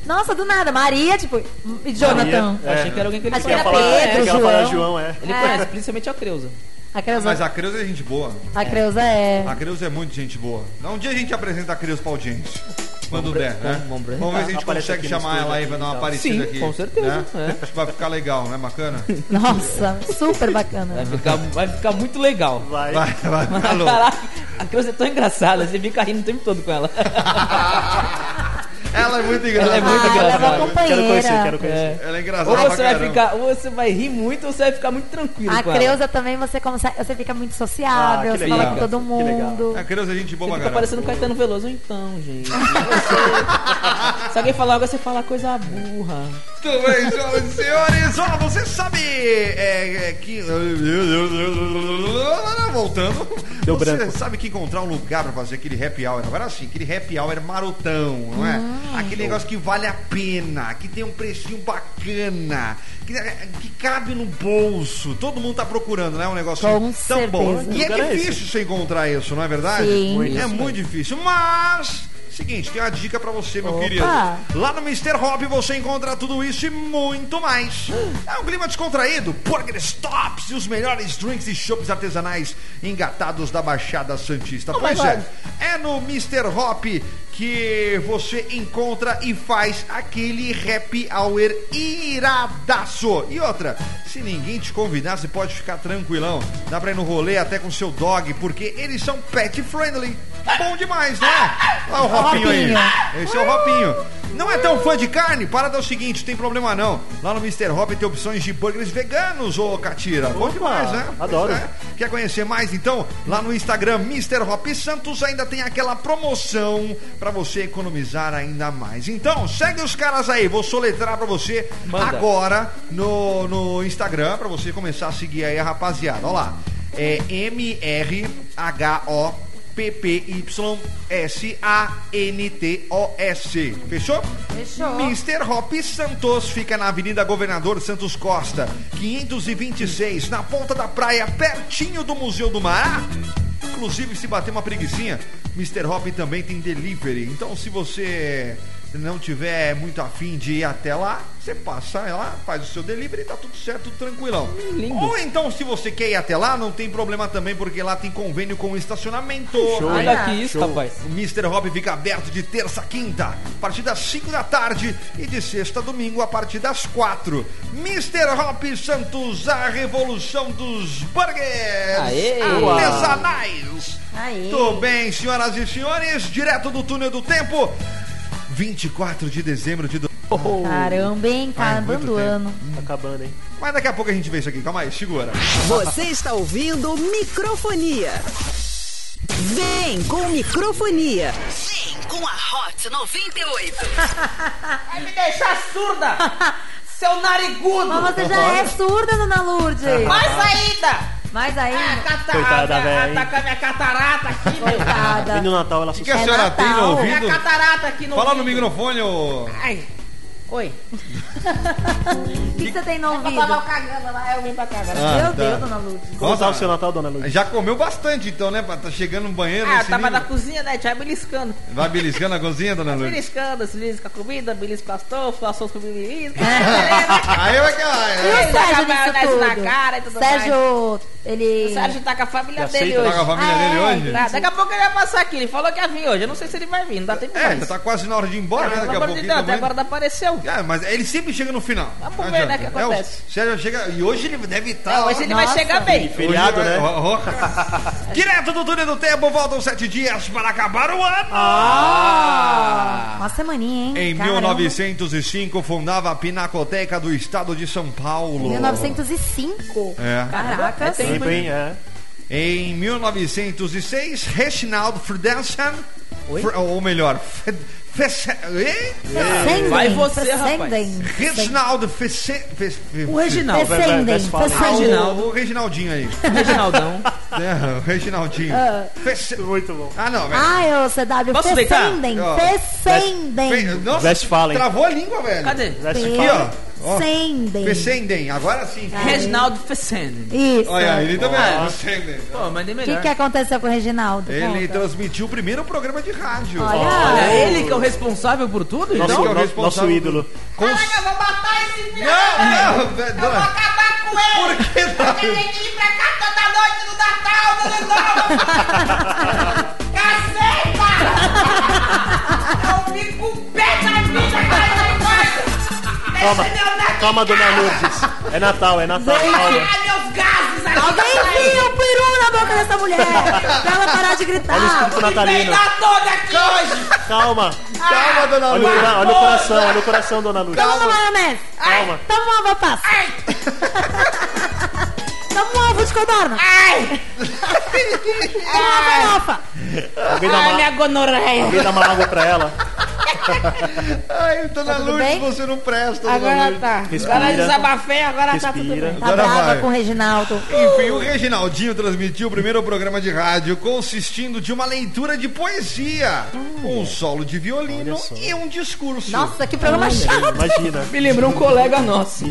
[SPEAKER 4] Nossa, do nada. Maria, tipo, e Jonathan.
[SPEAKER 7] É.
[SPEAKER 6] Achei que era alguém que ele
[SPEAKER 4] Acho que
[SPEAKER 7] Ia
[SPEAKER 4] era
[SPEAKER 6] conhece.
[SPEAKER 7] falar-
[SPEAKER 4] Pedro,
[SPEAKER 7] é, que ela fala
[SPEAKER 4] João.
[SPEAKER 7] João, é.
[SPEAKER 6] Ele
[SPEAKER 4] É.
[SPEAKER 6] conhece, principalmente a Creuza.
[SPEAKER 4] A Creuza,
[SPEAKER 5] Mas a Creuza é gente boa.
[SPEAKER 4] a Creuza é.
[SPEAKER 5] A Creuza é muito gente boa. Um dia a gente apresenta a Creuza pra audiência. Quando der, né?
[SPEAKER 6] vamos apresentar.
[SPEAKER 5] Vamos ver se a gente
[SPEAKER 7] Aparece
[SPEAKER 5] consegue
[SPEAKER 7] aqui no
[SPEAKER 5] chamar
[SPEAKER 7] estúdio
[SPEAKER 5] ela aí
[SPEAKER 7] aqui
[SPEAKER 5] pra
[SPEAKER 7] e
[SPEAKER 5] dar uma
[SPEAKER 7] tal.
[SPEAKER 5] parecida
[SPEAKER 6] então. Sim,
[SPEAKER 5] aqui.
[SPEAKER 6] com certeza,
[SPEAKER 5] né?
[SPEAKER 6] é.
[SPEAKER 5] Acho que vai ficar legal, né? Bacana?
[SPEAKER 4] Nossa, super
[SPEAKER 6] Vai
[SPEAKER 7] Uhum.
[SPEAKER 4] bacana.
[SPEAKER 6] ficar, vai ficar muito legal.
[SPEAKER 7] Vai.
[SPEAKER 5] Vai, vai, ficar louco.
[SPEAKER 6] Caraca, a Creuza é tão engraçada, você fica rindo o tempo todo com ela.
[SPEAKER 5] Ela é muito engraçada.
[SPEAKER 6] Ela é muito
[SPEAKER 4] ah, ela é uma
[SPEAKER 6] engraçada.
[SPEAKER 7] Quero conhecer,
[SPEAKER 4] companheira.
[SPEAKER 7] quero conhecer.
[SPEAKER 5] Ela é
[SPEAKER 6] Ou
[SPEAKER 5] engraçada. pra
[SPEAKER 6] você vai
[SPEAKER 5] caramba.
[SPEAKER 6] ficar, ou você vai rir muito, ou você vai ficar muito tranquilo
[SPEAKER 4] A
[SPEAKER 6] com ela.
[SPEAKER 4] Creuza também você consegue, você fica muito sociável,
[SPEAKER 7] Ah, que
[SPEAKER 4] você
[SPEAKER 7] legal.
[SPEAKER 4] fala com todo
[SPEAKER 7] Que legal.
[SPEAKER 4] mundo.
[SPEAKER 5] A Creuza é gente boa
[SPEAKER 6] Você
[SPEAKER 5] pra
[SPEAKER 6] fica
[SPEAKER 5] caramba.
[SPEAKER 6] parecendo Caetano Veloso, então, gente. Você- Se alguém falar algo, é você fala coisa burra.
[SPEAKER 5] Muito bem, senhoras e senhores. Olha, você sabe é, é, que. Voltando.
[SPEAKER 7] Deu
[SPEAKER 5] você
[SPEAKER 7] branco.
[SPEAKER 5] sabe que encontrar um lugar pra fazer aquele happy hour. Agora sim, aquele happy hour marotão, não é? Aquele negócio que vale a pena, que tem um precinho bacana, que, é, que cabe no bolso. Todo mundo tá procurando, né? Um negócio
[SPEAKER 4] Com
[SPEAKER 5] tão bom.
[SPEAKER 4] certeza.
[SPEAKER 5] E
[SPEAKER 7] Que lugar
[SPEAKER 5] é
[SPEAKER 7] é esse?
[SPEAKER 5] difícil você encontrar isso, não é verdade?
[SPEAKER 4] Sim.
[SPEAKER 5] É muito difícil, mas. Seguinte, tem uma dica pra você, meu
[SPEAKER 4] Opa.
[SPEAKER 5] querido. Lá no Mr. Hop você encontra tudo isso e muito mais. É um clima descontraído, Burger Stops e os melhores drinks e shops artesanais engatados da Baixada Santista. pois é, é no Mr. Hop que você encontra e faz aquele happy hour iradaço. E outra, se ninguém te convidar, você pode ficar tranquilão. Dá pra ir no rolê até com seu dog, porque eles são pet friendly. Bom demais, né? Olha o Ropinho aí. Esse é o Ropinho. Não é tão fã de carne? Parada é o seguinte, tem problema não. Lá no Mr. Hop tem opções de burgers veganos, ô Catira. Bom
[SPEAKER 7] Opa,
[SPEAKER 5] demais, né?
[SPEAKER 7] adoro.
[SPEAKER 5] É. Quer conhecer mais então? Lá no Instagram Mr. Hop Santos ainda tem aquela promoção pra você economizar ainda mais. Então, segue os caras aí, vou soletrar pra você
[SPEAKER 6] Manda.
[SPEAKER 5] agora no, no Instagram pra você começar a seguir aí a rapaziada. Olha lá. É M R H O P P Y S A N T O S. Fechou?
[SPEAKER 4] Fechou.
[SPEAKER 5] Mr. Hop Santos fica na Avenida Governador Santos Costa, 526, na ponta da praia, pertinho do Museu do Mar. Ah, Inclusive, se bater uma preguiçinha, Mr. Hop também tem delivery. Então, se você não tiver muito afim de ir até lá, você passa lá, faz o seu delivery e tá tudo certo, tudo tranquilão.
[SPEAKER 6] lindo.
[SPEAKER 5] Ou então, se você quer ir até lá, não tem problema também, porque lá tem convênio com o estacionamento.
[SPEAKER 6] Olha que isso, rapaz.
[SPEAKER 5] O Mr. Hop fica aberto de terça a quinta, a partir das 5 da tarde e de sexta a domingo a partir das 4. Mr. Hop Santos, a revolução dos burgers
[SPEAKER 6] Aê!
[SPEAKER 5] artesanais.
[SPEAKER 4] Aê.
[SPEAKER 5] Tudo bem, senhoras e senhores, direto do túnel do tempo, 24 de dezembro de... do-
[SPEAKER 7] Oh,
[SPEAKER 4] Caramba, hein?
[SPEAKER 5] Faz
[SPEAKER 4] Caramba,
[SPEAKER 5] muito
[SPEAKER 4] ano.
[SPEAKER 5] É.
[SPEAKER 7] Tá acabando, hein?
[SPEAKER 5] Mas daqui a pouco a gente vê isso aqui, calma aí, segura.
[SPEAKER 3] Você está ouvindo Microfonia. Vem com Microfonia. Vem com a Hot 98.
[SPEAKER 6] Vai me deixar surda! Seu narigudo!
[SPEAKER 4] Mas você já é surda, dona Lourdes.
[SPEAKER 6] Mais ainda!
[SPEAKER 4] Mais ainda.
[SPEAKER 6] Cata-
[SPEAKER 7] Coitada da véia, hein?
[SPEAKER 6] Atacar minha catarata aqui, meu!
[SPEAKER 4] Coitada.
[SPEAKER 7] Vem no Natal ela
[SPEAKER 5] O que, que
[SPEAKER 7] assusta.
[SPEAKER 5] a
[SPEAKER 4] É
[SPEAKER 5] senhora
[SPEAKER 4] Natal.
[SPEAKER 5] tem no
[SPEAKER 6] Minha
[SPEAKER 5] ouvido?
[SPEAKER 6] catarata aqui no.
[SPEAKER 5] Fala no
[SPEAKER 6] ouvido.
[SPEAKER 5] microfone, ô.
[SPEAKER 6] Ai! Oi!
[SPEAKER 4] O que, que você tem no
[SPEAKER 6] Eu tava
[SPEAKER 4] ouvido?
[SPEAKER 6] cagando lá, eu vim pra cá agora.
[SPEAKER 5] Ah,
[SPEAKER 4] Meu
[SPEAKER 5] tá.
[SPEAKER 4] Deus, dona Lourdes.
[SPEAKER 7] Como tá o
[SPEAKER 5] Nossa,
[SPEAKER 7] seu Natal, dona Luiz?
[SPEAKER 5] Já comeu bastante então, né? Tá chegando no banheiro.
[SPEAKER 6] Ah,
[SPEAKER 5] nesse
[SPEAKER 6] tava
[SPEAKER 5] nível.
[SPEAKER 6] na cozinha, né? Já beliscando.
[SPEAKER 5] Vai beliscando a cozinha, dona Lourdes?
[SPEAKER 6] Beliscando, se belisca a comida, belisca as tofas, as tofas belisca.
[SPEAKER 5] Aí vai que vai.
[SPEAKER 4] E o
[SPEAKER 5] né?
[SPEAKER 6] Ele
[SPEAKER 4] Sérgio
[SPEAKER 6] taca maionese
[SPEAKER 4] nisso
[SPEAKER 6] na
[SPEAKER 4] tudo?
[SPEAKER 6] cara e tudo
[SPEAKER 4] Sérgio, ele...
[SPEAKER 6] O Sérgio tá com a família
[SPEAKER 7] Aceita,
[SPEAKER 6] dele
[SPEAKER 5] Tá com a
[SPEAKER 6] hoje.
[SPEAKER 5] família
[SPEAKER 4] Ah,
[SPEAKER 5] dele
[SPEAKER 4] é,
[SPEAKER 5] hoje?
[SPEAKER 6] Tá, daqui a pouco ele vai passar aqui. Ele falou que ia vir hoje. Eu não sei se ele vai vir, não dá tempo
[SPEAKER 5] É,
[SPEAKER 6] mais.
[SPEAKER 5] já tá quase na hora de ir embora, né?
[SPEAKER 6] Pelo
[SPEAKER 5] Daqui a
[SPEAKER 6] amor de
[SPEAKER 5] pouquinho.
[SPEAKER 6] Deus, até
[SPEAKER 5] também.
[SPEAKER 6] agora não apareceu.
[SPEAKER 5] Ah, mas ele sempre chega no final.
[SPEAKER 6] Vamos
[SPEAKER 5] Não
[SPEAKER 6] ver, né,
[SPEAKER 5] adianta.
[SPEAKER 6] que
[SPEAKER 5] É, o
[SPEAKER 6] acontece.
[SPEAKER 5] Sérgio chega. E hoje ele deve tá estar.
[SPEAKER 6] Não, hoje ele vai
[SPEAKER 4] Nossa.
[SPEAKER 6] chegar
[SPEAKER 5] é
[SPEAKER 6] bem.
[SPEAKER 7] Feriado, né?
[SPEAKER 5] Direto do túnel do tempo, voltam sete dias para acabar o ano.
[SPEAKER 6] Ah,
[SPEAKER 4] Uma semaninha, hein?
[SPEAKER 5] Em
[SPEAKER 4] Caramba.
[SPEAKER 5] 1905, fundava a Pinacoteca do Estado de São Paulo.
[SPEAKER 4] 1905.
[SPEAKER 5] É.
[SPEAKER 4] Caracas.
[SPEAKER 7] Tempo, hein? É.
[SPEAKER 5] Em 1906, Reginaldo Friedensen, Fr- ou melhor, Fe- Fesse- Ih,
[SPEAKER 4] Fessenden,
[SPEAKER 6] Vai você,
[SPEAKER 4] Fessenden.
[SPEAKER 5] Reginaldo Fesse- Fes- Fe-
[SPEAKER 6] O Reginaldo.
[SPEAKER 7] vai, vai, vai se
[SPEAKER 4] Fessenden.
[SPEAKER 7] falar.
[SPEAKER 4] Fessenden.
[SPEAKER 5] Ah,
[SPEAKER 6] Reginaldo.
[SPEAKER 5] o, o Reginaldinho aí.
[SPEAKER 6] O Reginaldão.
[SPEAKER 5] É, o Reginaldinho.
[SPEAKER 6] Ah.
[SPEAKER 5] Fesse-
[SPEAKER 7] Muito bom.
[SPEAKER 5] Ah, não, velho.
[SPEAKER 4] Ai, ô CW,
[SPEAKER 6] Posso deitar?
[SPEAKER 4] Fessenden.
[SPEAKER 5] Ó, Fe-
[SPEAKER 4] Fessenden.
[SPEAKER 5] Nossa,
[SPEAKER 7] Westphalen.
[SPEAKER 5] travou a língua, velho.
[SPEAKER 6] Cadê?
[SPEAKER 7] Já se
[SPEAKER 5] Aqui, ó.
[SPEAKER 7] fala.
[SPEAKER 5] ó.
[SPEAKER 4] Fessenden.
[SPEAKER 5] Fessenden, agora sim.
[SPEAKER 6] Tá. Reginaldo Fessenden.
[SPEAKER 4] Isso.
[SPEAKER 5] Olha, ele também é
[SPEAKER 6] Ah.
[SPEAKER 5] Fessenden.
[SPEAKER 6] Pô, mandei
[SPEAKER 4] O
[SPEAKER 6] melhor.
[SPEAKER 4] que, que aconteceu com o Reginaldo?
[SPEAKER 5] Ele
[SPEAKER 4] Conta.
[SPEAKER 5] transmitiu o primeiro programa de rádio.
[SPEAKER 4] Olha.
[SPEAKER 6] Olha, ele que é o responsável por tudo,
[SPEAKER 5] Ele
[SPEAKER 7] Nossa,
[SPEAKER 6] então?
[SPEAKER 5] que é o
[SPEAKER 7] nosso-
[SPEAKER 5] responsável
[SPEAKER 7] nosso ídolo.
[SPEAKER 5] do- Cons-
[SPEAKER 6] eu vou matar esse filho!
[SPEAKER 5] Não, não, velho, não.
[SPEAKER 6] acabar com ele!
[SPEAKER 5] Por que não?
[SPEAKER 6] tem que ir pra cá toda noite no né, Natal, no Natal! né? Caceta! Eu fico com o pé na vida, cara!
[SPEAKER 7] Calma, calma, dona Lourdes. É Natal, é Natal. Calma.
[SPEAKER 6] meus gases
[SPEAKER 5] tá
[SPEAKER 4] Alguém enfia o peru na boca dessa mulher pra ela parar de
[SPEAKER 7] Olha o
[SPEAKER 4] gritar.
[SPEAKER 7] espírito natalino.
[SPEAKER 6] toda aqui hoje!
[SPEAKER 7] Calma.
[SPEAKER 5] Calma, dona
[SPEAKER 7] Olha o,
[SPEAKER 5] Lourdes.
[SPEAKER 7] cora- olha o coração, olha o coração, dona Lourdes.
[SPEAKER 4] Toma uma maionese.
[SPEAKER 7] Calma.
[SPEAKER 4] Toma um ovo passa. Toma um ovo de codorna. Toma uma farofa.
[SPEAKER 7] Alguém dá uma,
[SPEAKER 6] gonorreia!
[SPEAKER 7] alguém dá uma água pra ela.
[SPEAKER 5] Ai, dona
[SPEAKER 4] Tá tudo
[SPEAKER 5] Lourdes,
[SPEAKER 4] bem?
[SPEAKER 5] você não presta, dona
[SPEAKER 6] Agora
[SPEAKER 5] Lourdes.
[SPEAKER 6] tá.
[SPEAKER 7] Respira.
[SPEAKER 6] Agora desabafei, agora tá tudo
[SPEAKER 7] Respira.
[SPEAKER 6] bem.
[SPEAKER 4] Tá
[SPEAKER 5] Agora
[SPEAKER 4] brava
[SPEAKER 5] vai.
[SPEAKER 4] com o Reginaldo.
[SPEAKER 5] Enfim, o Reginaldinho transmitiu o primeiro programa de rádio consistindo de uma leitura de poesia, um solo de violino e um discurso.
[SPEAKER 4] Hum. Nossa, que programa chato.
[SPEAKER 7] Imagina.
[SPEAKER 6] Me lembrou um colega nosso.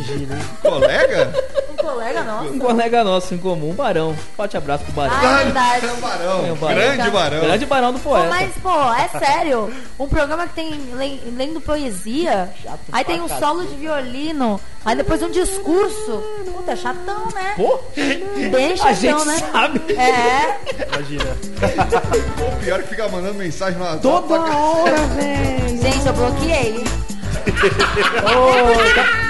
[SPEAKER 5] Colega?
[SPEAKER 4] Um colega nosso.
[SPEAKER 6] Um colega nosso em comum, um barão. Forte abraço pro barão.
[SPEAKER 4] Ah, é verdade.
[SPEAKER 5] Grande Barão.
[SPEAKER 6] É um barão.
[SPEAKER 5] Grande barão.
[SPEAKER 6] Grande barão do
[SPEAKER 4] Pô,
[SPEAKER 6] poeta.
[SPEAKER 4] mas, pô, é sério. Um programa que tem le- lendo poesia, aí tem um solo de violino, aí depois um discurso. Puta, é chatão, né?
[SPEAKER 6] Pô,
[SPEAKER 4] Bem
[SPEAKER 6] a gente
[SPEAKER 4] chatão, né?
[SPEAKER 6] sabe.
[SPEAKER 4] É,
[SPEAKER 7] Imagina.
[SPEAKER 5] O pior é que fica mandando mensagem na
[SPEAKER 6] Toda hora, velho.
[SPEAKER 4] gente, eu bloqueei.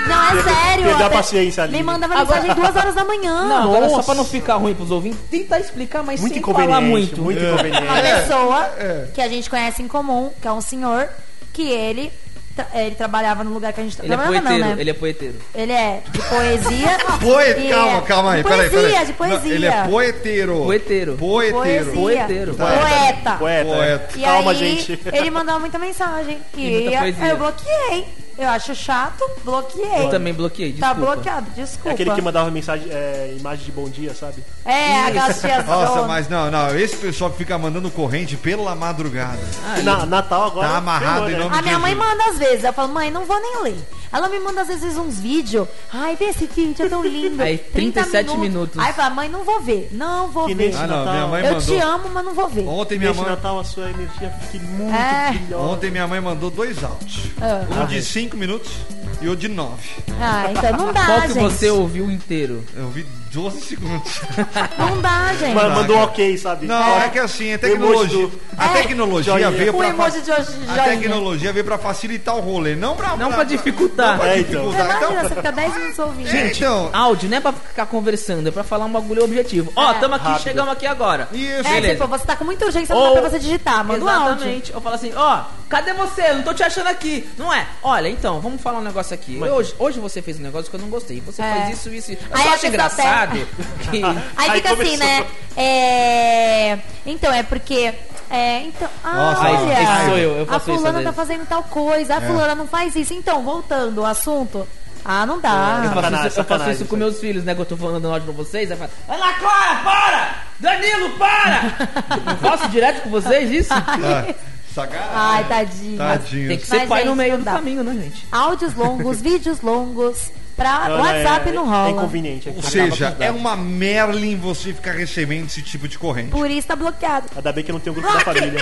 [SPEAKER 4] Não, é sério.
[SPEAKER 7] perdeu a
[SPEAKER 4] até-
[SPEAKER 7] paciência ali.
[SPEAKER 4] Me mandava mensagem duas horas da manhã.
[SPEAKER 6] Não, agora só
[SPEAKER 7] Nossa.
[SPEAKER 6] pra não ficar ruim pros ouvintes, tenta explicar, mas
[SPEAKER 7] Muito
[SPEAKER 6] sem falar
[SPEAKER 7] inconveniente.
[SPEAKER 6] muito.
[SPEAKER 7] Muito,
[SPEAKER 4] É.
[SPEAKER 7] inconveniente.
[SPEAKER 4] uma pessoa
[SPEAKER 5] é.
[SPEAKER 4] que a gente conhece em comum, que é um senhor, que ele tra- ele trabalhava no lugar que a gente
[SPEAKER 6] Ele é
[SPEAKER 4] trabalhava,
[SPEAKER 6] poeteiro,
[SPEAKER 4] não, né?
[SPEAKER 6] ele é poeteiro.
[SPEAKER 4] Ele é de poesia.
[SPEAKER 5] Poe...
[SPEAKER 4] e
[SPEAKER 5] Calma,
[SPEAKER 4] é-
[SPEAKER 5] calma aí,
[SPEAKER 4] de
[SPEAKER 5] peraí,
[SPEAKER 4] poesia,
[SPEAKER 5] peraí.
[SPEAKER 4] de poesia.
[SPEAKER 5] Não, ele é poeteiro.
[SPEAKER 6] Poeteiro.
[SPEAKER 5] Poeteiro. tá.
[SPEAKER 6] Poeteiro.
[SPEAKER 4] Poeta.
[SPEAKER 7] Poeta.
[SPEAKER 5] Poeta.
[SPEAKER 4] E
[SPEAKER 7] Calma,
[SPEAKER 4] aí,
[SPEAKER 7] gente.
[SPEAKER 4] ele mandava muita mensagem. E,
[SPEAKER 6] E muita poesia.
[SPEAKER 4] eu bloqueei. Eu acho chato, bloqueei.
[SPEAKER 6] Eu também bloqueei, desculpa.
[SPEAKER 4] Tá bloqueado, desculpa.
[SPEAKER 7] É aquele que mandava mensagem, é, imagem de bom dia, sabe?
[SPEAKER 4] É, aquelas tias
[SPEAKER 5] Nossa,
[SPEAKER 4] donas.
[SPEAKER 5] mas não, não. Esse pessoal que fica mandando corrente pela madrugada.
[SPEAKER 7] Na, Natal agora.
[SPEAKER 5] Ah,
[SPEAKER 7] né?
[SPEAKER 5] Tá amarrado
[SPEAKER 7] ferrou,
[SPEAKER 5] em nome-
[SPEAKER 4] A minha mãe
[SPEAKER 5] Jesus.
[SPEAKER 4] manda às vezes. Eu falo, mãe, não vou nem ler. Ela me manda às vezes uns vídeos. Ai, vê esse vídeo, é tão lindo.
[SPEAKER 6] Aí, 37 minutos.
[SPEAKER 4] Aí fala, mãe, não vou ver. Não vou
[SPEAKER 7] Que nem
[SPEAKER 4] ver.
[SPEAKER 7] esse
[SPEAKER 5] Ah, não,
[SPEAKER 7] Natal.
[SPEAKER 5] minha mãe Oh.
[SPEAKER 4] Eu
[SPEAKER 5] mandou.
[SPEAKER 4] te amo, mas não vou ver.
[SPEAKER 5] Ontem minha
[SPEAKER 7] Nesse
[SPEAKER 5] mãe.
[SPEAKER 7] Natal a sua energia fique muito
[SPEAKER 4] É.
[SPEAKER 7] brilhosa.
[SPEAKER 5] Ontem minha mãe mandou dois áudios.
[SPEAKER 4] Ah.
[SPEAKER 5] Um de 5 minutos e o de 9.
[SPEAKER 4] Ah, então não dá,
[SPEAKER 6] Qual que
[SPEAKER 4] Ah, gente.
[SPEAKER 6] você ouviu inteiro?
[SPEAKER 5] Eu vi 12 segundos.
[SPEAKER 4] Não dá, gente.
[SPEAKER 7] Ma- Mandou ok, sabe?
[SPEAKER 5] Não, é,
[SPEAKER 7] Ó,
[SPEAKER 5] que assim, a
[SPEAKER 7] O
[SPEAKER 5] tecnologia.
[SPEAKER 7] emoji do-
[SPEAKER 5] A
[SPEAKER 4] É.
[SPEAKER 5] tecnologia
[SPEAKER 7] Joinha.
[SPEAKER 5] veio
[SPEAKER 4] o
[SPEAKER 5] pra. fa-
[SPEAKER 4] emoji de hoje.
[SPEAKER 5] A tecnologia veio pra facilitar o rolê, não pra.
[SPEAKER 6] Não pra dificultar.
[SPEAKER 5] Não pra
[SPEAKER 7] É, então.
[SPEAKER 5] dificultar.
[SPEAKER 4] Imagina,
[SPEAKER 5] Então,
[SPEAKER 4] você fica 10 minutos ouvindo.
[SPEAKER 5] é, então,
[SPEAKER 6] Áudio não é pra ficar conversando, é pra falar um bagulho objetivo. Ó,
[SPEAKER 4] É.
[SPEAKER 6] tamo aqui,
[SPEAKER 7] Rápido.
[SPEAKER 6] chegamos aqui agora.
[SPEAKER 5] isso.
[SPEAKER 4] É,
[SPEAKER 6] Beleza.
[SPEAKER 4] tipo, você tá com muita urgência, não dá pra você digitar. Manda um áudio.
[SPEAKER 6] Exatamente. Ou fala assim, ó, cadê você? Eu não tô te achando aqui. Não é? Olha, então, vamos falar um negócio aqui. Hoje, hoje você fez um negócio que eu não gostei. Você
[SPEAKER 4] É.
[SPEAKER 6] fez isso, isso. e- Eu
[SPEAKER 4] Aí
[SPEAKER 6] só
[SPEAKER 4] a tá
[SPEAKER 6] acho
[SPEAKER 4] pessoa
[SPEAKER 6] engraçado que...
[SPEAKER 4] Aí,
[SPEAKER 7] Aí
[SPEAKER 4] fica assim,
[SPEAKER 7] começou.
[SPEAKER 4] né? É... Então, é porque... É, então... Ah,
[SPEAKER 5] Nossa,
[SPEAKER 4] olha,
[SPEAKER 6] esse sou eu, eu
[SPEAKER 4] a
[SPEAKER 6] faço isso
[SPEAKER 4] fulana
[SPEAKER 6] às
[SPEAKER 4] tá
[SPEAKER 6] vezes. É.
[SPEAKER 4] fazendo tal coisa, a fulana não faz isso. Então, voltando ao assunto... Ah, não
[SPEAKER 6] Eu
[SPEAKER 4] dá.
[SPEAKER 6] faço,
[SPEAKER 7] Sacanagem,
[SPEAKER 6] isso, eu faço
[SPEAKER 7] sacanagem,
[SPEAKER 6] isso com
[SPEAKER 7] sabe?
[SPEAKER 6] meus filhos, né? Que eu tô falando áudio pra vocês. Aí fala, Ana Clara, para! Danilo, para! Não faço direto com vocês isso?
[SPEAKER 5] Ah, sacanagem.
[SPEAKER 4] Ai, tadinho.
[SPEAKER 5] Tadinho.
[SPEAKER 6] Tem que ser
[SPEAKER 4] Mas,
[SPEAKER 6] pai
[SPEAKER 4] gente,
[SPEAKER 6] no meio
[SPEAKER 4] não
[SPEAKER 6] do
[SPEAKER 4] dá.
[SPEAKER 6] caminho, né, gente?
[SPEAKER 4] Áudios longos, vídeos longos, pra
[SPEAKER 7] Ana,
[SPEAKER 4] WhatsApp
[SPEAKER 7] é-
[SPEAKER 4] não
[SPEAKER 7] É
[SPEAKER 4] rola.
[SPEAKER 7] inconveniente. é que
[SPEAKER 5] Ou
[SPEAKER 7] acaba
[SPEAKER 5] seja,
[SPEAKER 7] com os
[SPEAKER 5] é
[SPEAKER 7] dados.
[SPEAKER 5] uma Merlin você ficar recebendo esse tipo de corrente.
[SPEAKER 4] Por isso tá bloqueado.
[SPEAKER 7] Ainda bem que não tem o grupo da família.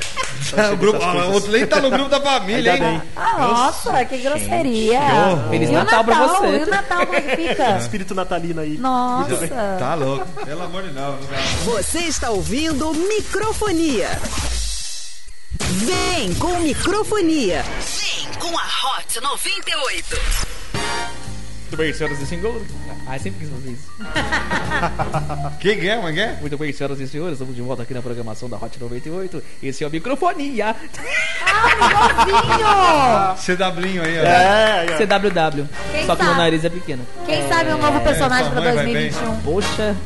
[SPEAKER 5] Tá, o grupo, ah, o outro nem tá no grupo da família,
[SPEAKER 7] Ainda
[SPEAKER 5] hein?
[SPEAKER 7] bem.
[SPEAKER 4] Ah, nossa, que grosseria.
[SPEAKER 6] Ah, Feliz
[SPEAKER 4] E o
[SPEAKER 6] Natal pra você.
[SPEAKER 4] E o Natal, como é que fica?
[SPEAKER 7] Espírito natalino aí.
[SPEAKER 4] Nossa.
[SPEAKER 5] Tá louco. Pelo amor de Deus. não dá.
[SPEAKER 3] Você está ouvindo microfonia. Vem com microfonia. Vem com a Hot 98.
[SPEAKER 6] Muito bem, senhoras e senhores. Ai, sempre quis fazer isso.
[SPEAKER 5] Quem que é, mãe? Quem é?
[SPEAKER 6] Muito bem, senhoras e senhores, estamos de volta aqui na programação da Hot 98. Esse é o Microfonia
[SPEAKER 4] Novinho!
[SPEAKER 5] CW aí, ó.
[SPEAKER 7] É, aí, ó.
[SPEAKER 6] CWW.
[SPEAKER 4] Quem
[SPEAKER 6] Só que meu
[SPEAKER 4] sabe?
[SPEAKER 6] nariz é pequeno.
[SPEAKER 4] Quem sabe um novo personagem pra
[SPEAKER 5] É, sua mãe vai bem.
[SPEAKER 4] 2021?
[SPEAKER 6] Poxa,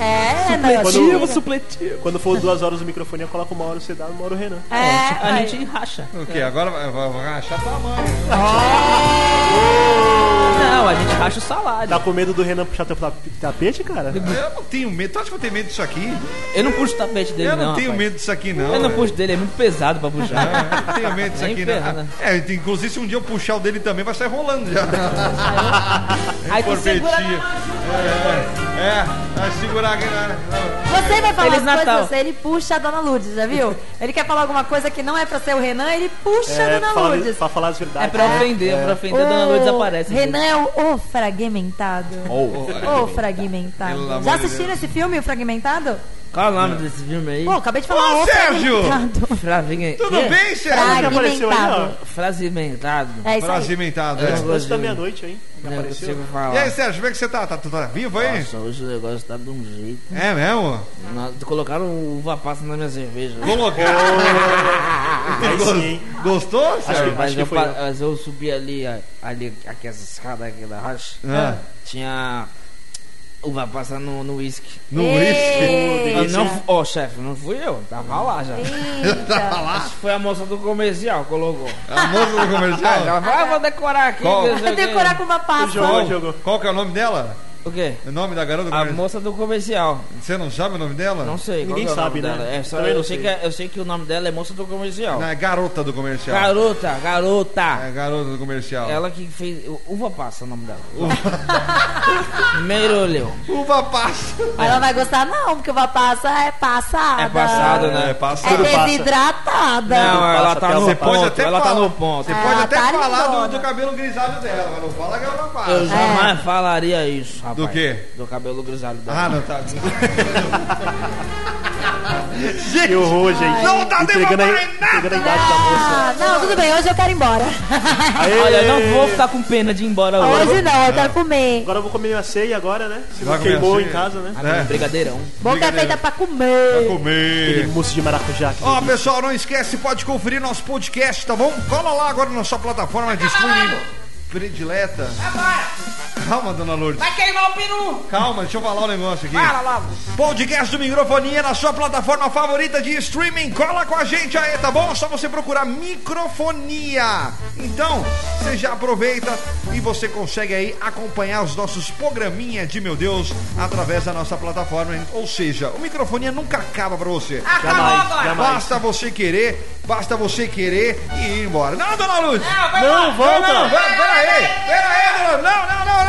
[SPEAKER 4] É,
[SPEAKER 6] supletivo,
[SPEAKER 4] não.
[SPEAKER 6] supletivo.
[SPEAKER 7] Quando for duas horas o microfone, eu coloco uma hora o CW, uma hora o Renan.
[SPEAKER 4] É,
[SPEAKER 6] a
[SPEAKER 4] vai.
[SPEAKER 6] gente racha.
[SPEAKER 5] O quê? Agora vai, vai, vai rachar tua mãe.
[SPEAKER 6] Não, a gente racha o salário.
[SPEAKER 7] Tá com medo do Renan puxar teu ta- tapete, cara?
[SPEAKER 5] Eu não tenho medo. Tu acha que eu tenho medo disso aqui?
[SPEAKER 6] Eu não puxo o tapete dele,
[SPEAKER 5] eu não,
[SPEAKER 6] não.
[SPEAKER 5] tenho
[SPEAKER 6] rapaz.
[SPEAKER 5] medo disso aqui, não.
[SPEAKER 6] Eu não
[SPEAKER 5] velho.
[SPEAKER 6] puxo dele, é muito pesado pra puxar.
[SPEAKER 5] Não, eu não tenho medo disso
[SPEAKER 6] Nem né?
[SPEAKER 5] aqui,
[SPEAKER 6] ferrando.
[SPEAKER 5] não. É, inclusive se um dia eu puxar o dele também, vai sair rolando já.
[SPEAKER 6] Aí tu segura na
[SPEAKER 5] Porpetinha. É, é, vai segurar aqui na.
[SPEAKER 4] Você vai falar
[SPEAKER 6] Feliz
[SPEAKER 4] as
[SPEAKER 6] Natal.
[SPEAKER 4] coisas, ele puxa a Dona Lourdes, já viu? Ele quer falar alguma coisa que não é pra ser o Renan, ele puxa
[SPEAKER 5] É,
[SPEAKER 4] a Dona
[SPEAKER 7] fala-
[SPEAKER 4] Lourdes.
[SPEAKER 7] É, pra falar as verdades. né?
[SPEAKER 6] É pra ofender, é pra ofender, Dona Lourdes
[SPEAKER 4] O
[SPEAKER 6] aparece.
[SPEAKER 4] Renan é o, o fragmentado. O
[SPEAKER 5] Oh, Pelo
[SPEAKER 4] fragmentado.
[SPEAKER 5] amor
[SPEAKER 4] Já
[SPEAKER 5] de
[SPEAKER 4] assistiram esse filme, o fragmentado?
[SPEAKER 6] Qual é o nome desse filme aí?
[SPEAKER 4] Pô, acabei de falar
[SPEAKER 5] Ô,
[SPEAKER 4] o
[SPEAKER 5] Sérgio!
[SPEAKER 4] fragmentado.
[SPEAKER 6] Fravinha.
[SPEAKER 5] Tudo
[SPEAKER 6] Quê?
[SPEAKER 5] bem, Sérgio?
[SPEAKER 7] que apareceu aí,
[SPEAKER 4] Fragmentado.
[SPEAKER 6] Frasimentado.
[SPEAKER 4] É isso aí.
[SPEAKER 5] Prazimentado, é.
[SPEAKER 7] Antes da meia-noite, hein?
[SPEAKER 6] Não
[SPEAKER 7] Apareceu.
[SPEAKER 6] É, consigo falar.
[SPEAKER 5] E aí, Sérgio, como é que você tá? Tá, tu tá vivo aí?
[SPEAKER 6] Nossa, hoje o negócio tá de um jeito.
[SPEAKER 5] É mesmo?
[SPEAKER 6] Na- Colocaram uva passa na minha
[SPEAKER 5] Ah,
[SPEAKER 6] cerveja.
[SPEAKER 5] Colocou.
[SPEAKER 7] Aí sim, hein?
[SPEAKER 5] Gostou, Sérgio?
[SPEAKER 6] Mas,
[SPEAKER 7] que
[SPEAKER 6] eu,
[SPEAKER 7] foi
[SPEAKER 6] pa-
[SPEAKER 7] eu.
[SPEAKER 6] mas eu subi ali, a- ali aqui essa escada aqui da rocha,
[SPEAKER 5] Ah,
[SPEAKER 6] tinha uva passa no no uísque.
[SPEAKER 5] no uísque.
[SPEAKER 6] Eu não- Ó, chefe, não fui eu, tava lá já.
[SPEAKER 5] Tá
[SPEAKER 4] Eita.
[SPEAKER 5] lá.
[SPEAKER 6] Acho que foi a moça do comercial, que colocou.
[SPEAKER 5] A moça do
[SPEAKER 6] Ah, ela
[SPEAKER 5] comercial.
[SPEAKER 6] falou, ah, vou decorar aqui.
[SPEAKER 5] Qual?
[SPEAKER 6] não sei
[SPEAKER 4] Vou
[SPEAKER 6] o quê.
[SPEAKER 4] decorar com uma
[SPEAKER 7] Jogou,
[SPEAKER 4] pasta.
[SPEAKER 7] jogou.
[SPEAKER 5] Qual que é o nome dela?
[SPEAKER 6] O quê?
[SPEAKER 5] O nome da garota do
[SPEAKER 6] A
[SPEAKER 5] comercial?
[SPEAKER 6] moça do comercial.
[SPEAKER 5] Você não sabe o nome dela?
[SPEAKER 6] Não sei. qual
[SPEAKER 7] Ninguém
[SPEAKER 6] que é o
[SPEAKER 7] sabe,
[SPEAKER 6] nome
[SPEAKER 7] né?
[SPEAKER 6] dela. É, só,
[SPEAKER 7] Também
[SPEAKER 6] eu,
[SPEAKER 7] não
[SPEAKER 6] sei
[SPEAKER 7] sei.
[SPEAKER 6] que, eu sei que o nome dela é moça do comercial.
[SPEAKER 5] Não, é garota do comercial.
[SPEAKER 6] Garota, garota.
[SPEAKER 5] É garota do comercial.
[SPEAKER 6] Ela que fez. Uva passa o nome dela. Meroleu.
[SPEAKER 5] Uva passa.
[SPEAKER 4] Ela vai gostar não, porque uma passa é passada.
[SPEAKER 6] É passada, né?
[SPEAKER 5] É, passa.
[SPEAKER 4] É
[SPEAKER 7] passa.
[SPEAKER 4] desidratada.
[SPEAKER 6] Não, ela
[SPEAKER 7] Passa
[SPEAKER 6] tá
[SPEAKER 7] até
[SPEAKER 6] no
[SPEAKER 5] Você
[SPEAKER 6] ponto.
[SPEAKER 7] uva passa.
[SPEAKER 5] pode
[SPEAKER 6] ela
[SPEAKER 5] até
[SPEAKER 6] tá no
[SPEAKER 5] falar.
[SPEAKER 6] ponto.
[SPEAKER 5] Você pode
[SPEAKER 4] Ah,
[SPEAKER 5] até
[SPEAKER 4] tá
[SPEAKER 5] falar do,
[SPEAKER 4] lindona.
[SPEAKER 5] do cabelo grisalho dela, mas não fala que é uva
[SPEAKER 6] Eu
[SPEAKER 5] passa.
[SPEAKER 6] jamais falaria isso, rapaz.
[SPEAKER 5] Do quê?
[SPEAKER 6] Do cabelo grisalho dela.
[SPEAKER 5] Ah, não tá.
[SPEAKER 7] Que horror, gente.
[SPEAKER 5] Não tá
[SPEAKER 7] entregando a,
[SPEAKER 5] devolvendo nada!
[SPEAKER 7] entregando a idade da moça.
[SPEAKER 4] Ah, não, tudo bem, hoje eu quero ir embora.
[SPEAKER 7] Aê!
[SPEAKER 6] Olha, eu não vou ficar com pena de ir embora hoje.
[SPEAKER 4] Hoje não, eu
[SPEAKER 6] Ah.
[SPEAKER 4] quero comer.
[SPEAKER 7] Agora eu vou comer a ceia agora, né? Se
[SPEAKER 5] Vai
[SPEAKER 7] não
[SPEAKER 5] comer a
[SPEAKER 7] queimou
[SPEAKER 5] ceia.
[SPEAKER 7] em casa, né?
[SPEAKER 6] Ah, não,
[SPEAKER 5] É.
[SPEAKER 6] brigadeirão.
[SPEAKER 4] Bom que é feita
[SPEAKER 6] né?
[SPEAKER 4] pra comer.
[SPEAKER 7] Aquele
[SPEAKER 5] Comer.
[SPEAKER 7] mousse de maracujá aqui.
[SPEAKER 5] Ó, pessoal, não esquece, pode conferir nosso podcast, tá bom? Cola lá agora na sua plataforma de streaming predileta.
[SPEAKER 9] Agora,
[SPEAKER 5] Calma, dona Lourdes.
[SPEAKER 9] vai queimar o peru.
[SPEAKER 5] Calma, deixa eu falar o negócio aqui.
[SPEAKER 9] Fala logo.
[SPEAKER 5] Podcast do Microfonia na sua plataforma favorita de streaming. Cola com a gente aí, tá bom? É só você procurar Microfonia. Então, você já aproveita e você consegue aí acompanhar os nossos programinha de meu Deus através da nossa plataforma. Ou seja, o Microfonia nunca acaba pra você.
[SPEAKER 9] Acabou
[SPEAKER 7] Jamais,
[SPEAKER 9] agora.
[SPEAKER 7] jamais.
[SPEAKER 5] Basta você querer, basta você querer e ir embora. Não, dona Luz!
[SPEAKER 9] Não, vai
[SPEAKER 7] Não,
[SPEAKER 9] embora.
[SPEAKER 7] volta!
[SPEAKER 5] Não, pera pera aí! Pera aí, dona Luz! Não, não, não, não!